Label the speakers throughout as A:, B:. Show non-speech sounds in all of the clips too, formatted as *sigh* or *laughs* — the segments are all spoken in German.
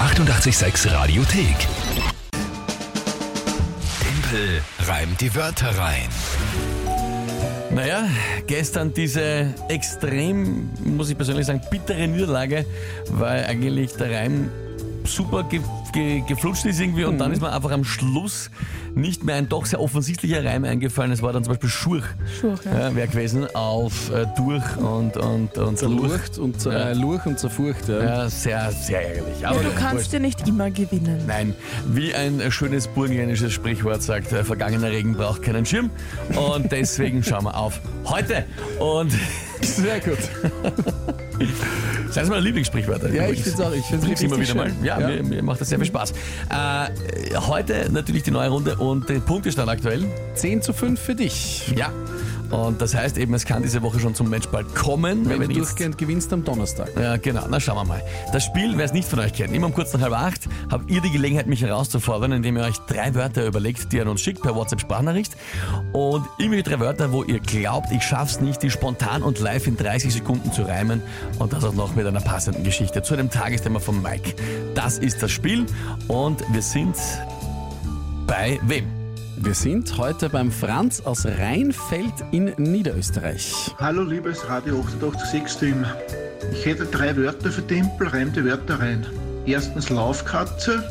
A: 886 Radiothek. Tempel reimt die Wörter rein.
B: Naja, gestern diese extrem, muss ich persönlich sagen, bittere Niederlage, weil eigentlich der Reim super ge ge geflutscht ist irgendwie und dann
C: Mhm.
B: ist mir einfach am Schluss nicht mehr ein doch sehr offensichtlicher Reim eingefallen. Es war dann zum Beispiel Schurch,
C: Schurch, ja.
B: ja, wäre gewesen, auf äh, Durch und, und, und Lurch.
D: Zerlucht und zer,
B: Ja.
D: äh, Lurch und zerfurcht. Ja.
B: Ja, sehr, sehr ärgerlich. Aber
C: Ja, du
B: wurscht.
C: kannst ja nicht immer gewinnen.
B: Nein, wie ein schönes burgenländisches Sprichwort sagt, äh, vergangener Regen braucht keinen Schirm. Und deswegen schauen wir auf heute. Und
D: *laughs* Sehr gut.
B: das sind meine Lieblingssprichwörter.
D: Ja, ich
B: übrigens.
D: find's auch. Ich find's
B: Trifft's
D: richtig
B: immer wieder
D: schön.
B: mal. Ja,
D: Ja.
B: Mir, mir macht das sehr viel Spaß. Äh, heute natürlich die neue Runde und der Punktestand aktuell.
D: 10 zu 5 für dich.
B: Ja. Und das heißt eben, es kann diese Woche schon zum Matchball kommen.
D: Wenn,
B: wir
D: du
B: die jetzt-
D: durchgehend gewinnst am Donnerstag.
B: Ja, genau. Na, schauen wir mal. Das Spiel, wer es nicht von euch kennt, immer um kurz nach halb acht habt ihr die Gelegenheit, mich herauszufordern, indem ihr euch drei Wörter überlegt, die ihr an uns schickt per WhatsApp-Sprachnachricht. Und immer die drei Wörter, wo ihr glaubt, ich schaff's nicht, die spontan und live in 30 Sekunden zu reimen. Und das auch noch mit einer passenden Geschichte zu einem Tagesthema von Mike. Das ist das Spiel und wir sind bei wem?
D: Wir sind heute beim Franz aus Rheinfeld in Niederösterreich.
E: Hallo liebes Radio 886-Team. Ich hätte drei Wörter für Tempel, reim die Wörter rein. Erstens Laufkatze,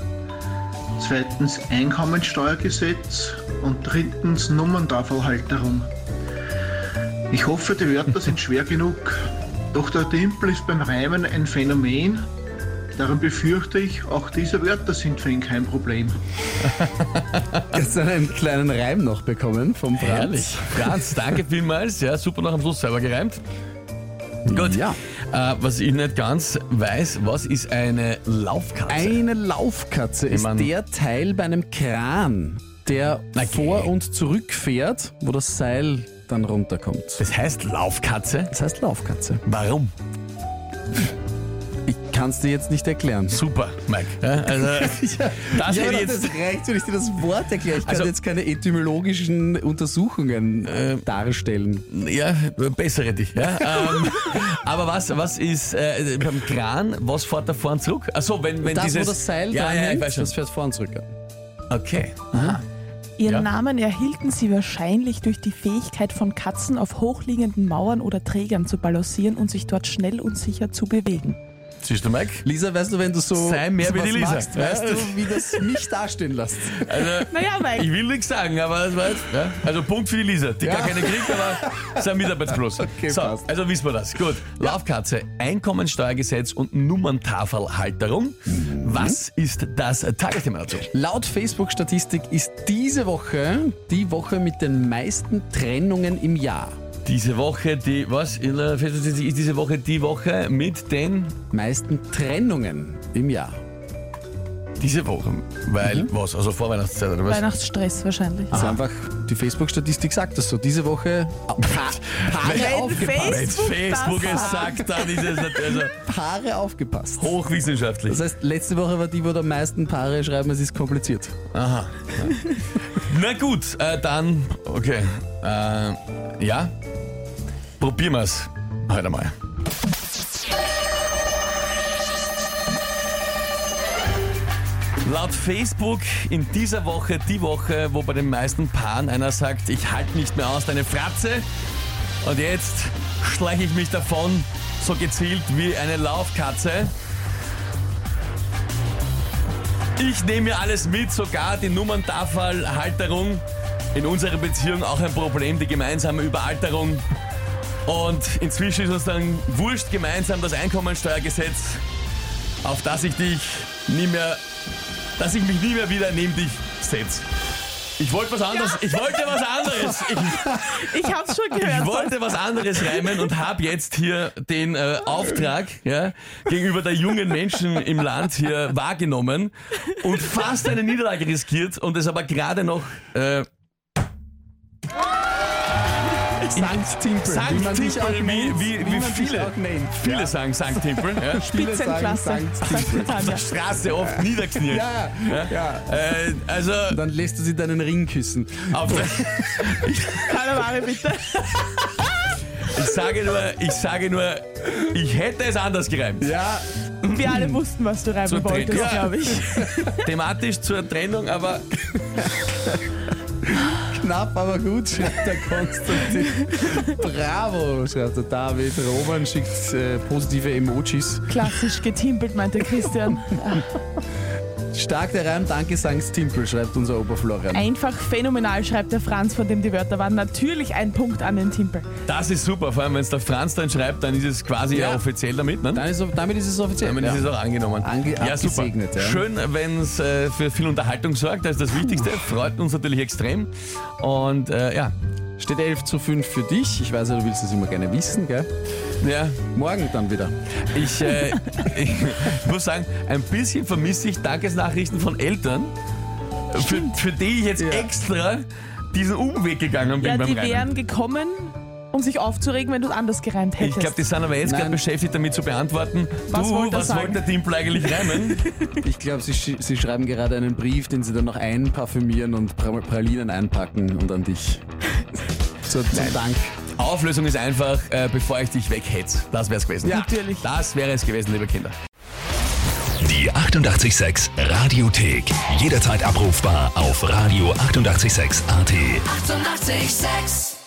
E: zweitens Einkommensteuergesetz und drittens Nummerntafelhalterung. Ich hoffe, die Wörter sind schwer genug. Doch der Tempel ist beim Reimen ein Phänomen. Darum befürchte ich, auch diese Wörter sind für ihn kein Problem.
D: Jetzt einen kleinen Reim noch bekommen vom Franz.
B: Ah. Herrlich. Franz, danke vielmals. Ja, super noch am Schluss selber gereimt. Gut.
D: Ja.
B: Äh, was ich nicht ganz weiß, was ist eine Laufkatze?
D: Eine Laufkatze ist
B: meine-
D: der Teil bei einem Kran, der
B: Okay.
D: vor und zurückfährt, wo das Seil dann runterkommt.
B: das heißt Laufkatze?
D: Das heißt Laufkatze.
B: Warum?
D: Ich kann es dir jetzt
B: *laughs*
D: nicht erklären.
B: Super, Mike. Ja,
D: *laughs*
B: also, das
D: Ja,
B: hätte
D: aber
B: ich jetzt.
D: das reicht, wenn ich dir das Wort erkläre. Ich kann
B: Also-
D: jetzt keine etymologischen Untersuchungen äh, darstellen.
B: Ja, bessere dich. Ja?
D: *laughs*
B: ähm, aber was, was ist äh, beim Kran, was fährt da vorn zurück? Achso, wenn, wenn
D: das,
B: dieses.
D: wo das Seil
B: ja, ja, ich
D: dranhängt,
B: weiß schon.
D: das fährt vorn zurück.
B: Okay.
C: Ihren
B: Ja.
C: Namen erhielten sie wahrscheinlich durch die Fähigkeit von Katzen auf hochliegenden Mauern oder Trägern zu balancieren und sich dort schnell und sicher zu bewegen.
B: Siehst du, Mike?
D: Lisa, weißt du, wenn du so
B: Sei mehr wie
D: was
B: die Lisa.
D: magst,
B: Ja.
D: weißt du, wie das mich dastehen lässt.
B: Also,
C: Naja,
B: Ich
C: Mike,
B: will nichts sagen, aber das war jetzt, ja? Also Punkt für die Lisa, die gar keine kriegt, aber ist ein *laughs* Mitarbeitsplus.
D: Okay,
B: so,
D: passt.
B: also wissen wir das. Gut. Laufkatze, Einkommensteuergesetz und Nummerntafelhalterung. Was ist das Tagesthema dazu?
D: Laut Facebook-Statistik ist diese Woche die Woche mit den meisten Trennungen im Jahr.
B: Diese Woche, die, was? In der Facebook ist diese Woche die Woche mit den,
D: Meisten Trennungen im Jahr.
B: diese Woche, weil, was? Also vor Weihnachtszeit oder was?
C: Weihnachtsstress wahrscheinlich.
B: Ah,
D: Das ist einfach, die Facebook-Statistik sagt das so. Diese *laughs* Woche pa Paare, aufgepasst.
B: Wenn Facebook
C: das
B: es sagt, dann ist es natürlich also
D: Paare aufgepasst.
B: hochwissenschaftlich.
D: Das heißt, letzte Woche war die, wo am meisten Paare schreiben, es ist kompliziert.
B: Aha. Na gut, äh, dann, okay. Äh, ja, probieren wir's heute mal. Laut Facebook in dieser Woche die Woche, wo bei den meisten Paaren einer sagt, ich halte nicht mehr aus, deine Fratze. Und jetzt schleiche ich mich davon, so gezielt wie eine Laufkatze. Ich nehme mir alles mit, sogar die Nummerntafelhalterung. In unserer Beziehung auch ein Problem, die gemeinsame Überalterung. Und inzwischen ist uns dann wurscht gemeinsam das Einkommensteuergesetz, auf das ich dich nie mehr, dass ich mich nie mehr wieder neben dich setz. Ich wollte was anderes, ich wollte was anderes. Ich,
C: Ich hab's schon
B: ich
C: gehört.
D: also
B: wollte was anderes reimen und habe jetzt hier den äh, Auftrag ja, gegenüber der jungen Menschen im Land hier wahrgenommen und fast eine Niederlage riskiert und es aber gerade noch äh,
D: Sankt Timpel.
B: Sankt
D: wie man dich
B: Timpel,
D: auch
B: wie-
D: nennt,
B: wie- wie
D: man dich
B: viele.
D: auch nennt.
B: viele sagen St. Timpel,
D: *laughs*
B: ja,
D: Viele sagen
C: Spitzenklasse.
D: Sankt
B: *laughs*
C: Sagt
D: Timpel.
C: die Tanja.
B: Straße oft niederkniet.
D: Ja, ja, ja.
B: Äh, also,
D: Dann lässt du sie deinen Ring küssen.
B: auf,
C: Kalamari, bitte.
B: ich sage nur, ich sage nur, ich hätte es anders gereimt.
D: Ja,
C: Wir alle wussten, was du
B: Zu
C: reimen
B: dritt,
C: wolltest,
B: ja.
C: glaube ich.
B: Thematisch zur Trennung, aber
D: Knapp, aber gut, schreibt der Konstantin. Bravo, schreibt der David. Roman schickt äh, positive Emojis.
C: Klassisch getimpelt, meinte Christian.
B: *laughs*
D: Stark der Reim, danke Sankt Timpel, schreibt unser Oberflorian.
C: Einfach phänomenal, schreibt der Franz, von dem die Wörter waren. Natürlich ein Punkt an den Timpel.
B: das ist super. Vor allem, wenn es der Franz dann schreibt, dann ist es quasi
D: Ja.
B: ja. offiziell damit. Ne?
D: Dann ist, damit ist es offiziell.
B: Damit ist es auch angenommen.
D: Ange- abgesegnet, ja.
B: Schön, wenn es äh, für viel Unterhaltung sorgt, das ist das Wichtigste. Freut uns natürlich extrem. Und äh, ja,
D: Steht 11 zu 5 für dich. Ich weiß ja, du willst es immer gerne wissen, gell?
B: ja,
D: Morgen dann wieder.
B: ich, äh,
C: *laughs*
B: ich muss sagen, ein bisschen vermisse ich Dankesnachrichten von Eltern, für, für die ich jetzt
D: Ja.
B: extra diesen Umweg gegangen bin
C: Ja,
B: beim
C: die
B: Reinen.
C: wären gekommen, um sich aufzuregen, wenn du es anders gereimt
B: Ich
C: hättest.
B: glaube, die sind aber jetzt gerade
D: Nein.
B: beschäftigt damit zu beantworten,
C: Was
B: du,
C: wollte er
B: was
C: sagen?
B: wollte der Timpel eigentlich
C: *laughs*
B: reimen?
D: Ich glaube, sie, sch- sie schreiben gerade einen Brief, den sie dann noch einparfümieren und Pra- Pralinen einpacken und an dich. Zu, zum Dank.
B: Auflösung ist einfach, äh, bevor ich dich weghetze. Das wäre es gewesen.
C: Ja. Natürlich.
B: Das wäre es gewesen, liebe Kinder.
A: Die 886 Radiothek. Jederzeit abrufbar auf radio886.at. 886!
F: 886